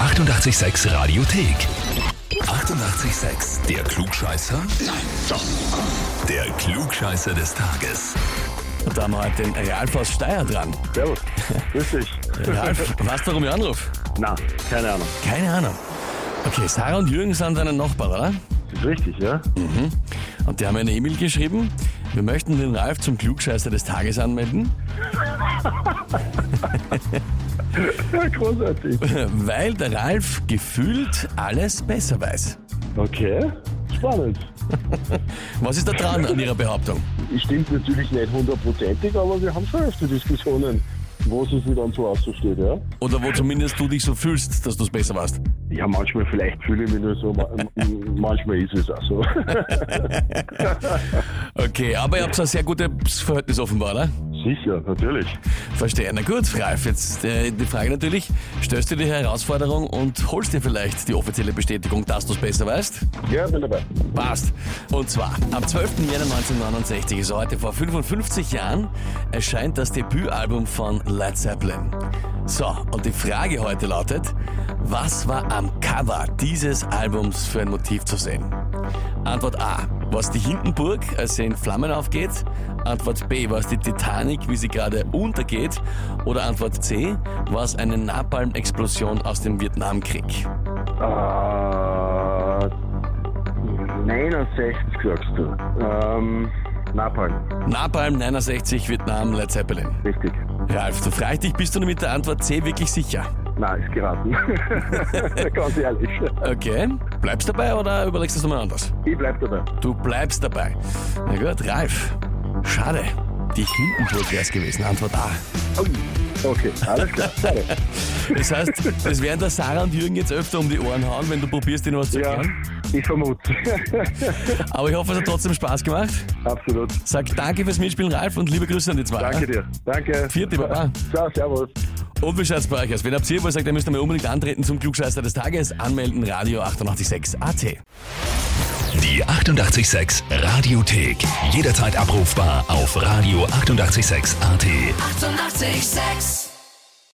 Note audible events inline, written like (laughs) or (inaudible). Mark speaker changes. Speaker 1: 886 Radiothek. 88,6. Der Klugscheißer? Nein, doch. Der Klugscheißer des Tages.
Speaker 2: Da haben wir heute den Ralf aus Steyr dran.
Speaker 3: (laughs) Servus. Grüß dich.
Speaker 2: Ralf, (laughs) weißt du, warum ich anrufe?
Speaker 3: Na, keine Ahnung.
Speaker 2: Keine Ahnung. Okay, Sarah und Jürgen sind deine Nachbarn, oder?
Speaker 3: Das ist richtig, ja?
Speaker 2: Und die haben mir eine E-Mail geschrieben. Wir möchten den Ralf zum Klugscheißer des Tages anmelden, (laughs)
Speaker 3: Ja, großartig.
Speaker 2: weil der Ralf gefühlt alles besser weiß.
Speaker 3: Okay. Spannend.
Speaker 2: Was ist da dran an Ihrer Behauptung?
Speaker 3: Stimmt natürlich nicht hundertprozentig, aber wir haben schon öfter Diskussionen, wo es sich dann so auszusteht, ja?
Speaker 2: Oder wo zumindest du dich so fühlst, dass du es besser weißt.
Speaker 3: Ja, manchmal vielleicht fühle ich mich nur so, ma- m- manchmal ist es auch so. (laughs)
Speaker 2: Okay, aber ihr habt ein sehr gutes Verhältnis offenbar, oder?
Speaker 3: Sicher, natürlich.
Speaker 2: Verstehe. Na gut, Ralf, jetzt äh, die Frage natürlich, stellst du dir die Herausforderung und holst dir vielleicht die offizielle Bestätigung, dass du es besser weißt?
Speaker 3: Ja, bin dabei.
Speaker 2: Passt. Und zwar, am 12. Januar 1969, also heute vor 55 Jahren, erscheint das Debütalbum von Led Zeppelin. So, und die Frage heute lautet, was war am Cover dieses Albums für ein Motiv zu sehen? Antwort A, was die Hindenburg, als sie in Flammen aufgeht. Antwort B, was die Titanic, wie sie gerade untergeht. Oder Antwort C, was eine Napalm-Explosion aus dem Vietnamkrieg.
Speaker 3: Äh, 69 sagst du. Ähm, Napalm.
Speaker 2: Napalm 69, Vietnam, Led Zeppelin.
Speaker 3: Richtig.
Speaker 2: Ralf, da frage ich dich, also bist du dir mit der Antwort C wirklich sicher?
Speaker 3: Na, ist geraten. (laughs) Ganz ehrlich.
Speaker 2: Okay. Bleibst dabei oder überlegst du es nochmal anders?
Speaker 3: Ich bleib dabei.
Speaker 2: Du bleibst dabei. Na gut, Ralf. Schade. Die Hindenburg wäre es gewesen, Antwort A.
Speaker 3: Okay,
Speaker 2: (laughs)
Speaker 3: alles klar. Schade.
Speaker 2: Das heißt, es werden der Sarah und Jürgen jetzt öfter um die Ohren hauen, wenn du probierst, ihnen was zu
Speaker 3: Ja,
Speaker 2: erklären.
Speaker 3: ich vermute. (laughs)
Speaker 2: Aber ich hoffe, es hat trotzdem Spaß gemacht.
Speaker 3: Absolut.
Speaker 2: Sag danke fürs Mitspielen, Ralf, und liebe Grüße an die zwei.
Speaker 3: Danke dir. Danke.
Speaker 2: Vierte Baba.
Speaker 3: Ciao, servus.
Speaker 2: Und wie schaut's bei euch aus? Wenn habt ihr was sagt, dann müsst ihr mal unbedingt antreten zum Klugscheißer des Tages. Anmelden, Radio 886 AT.
Speaker 1: Die 88,6 Radiothek. Jederzeit abrufbar auf radio886.at. 88,6.
Speaker 4: Eighty-eight, sex.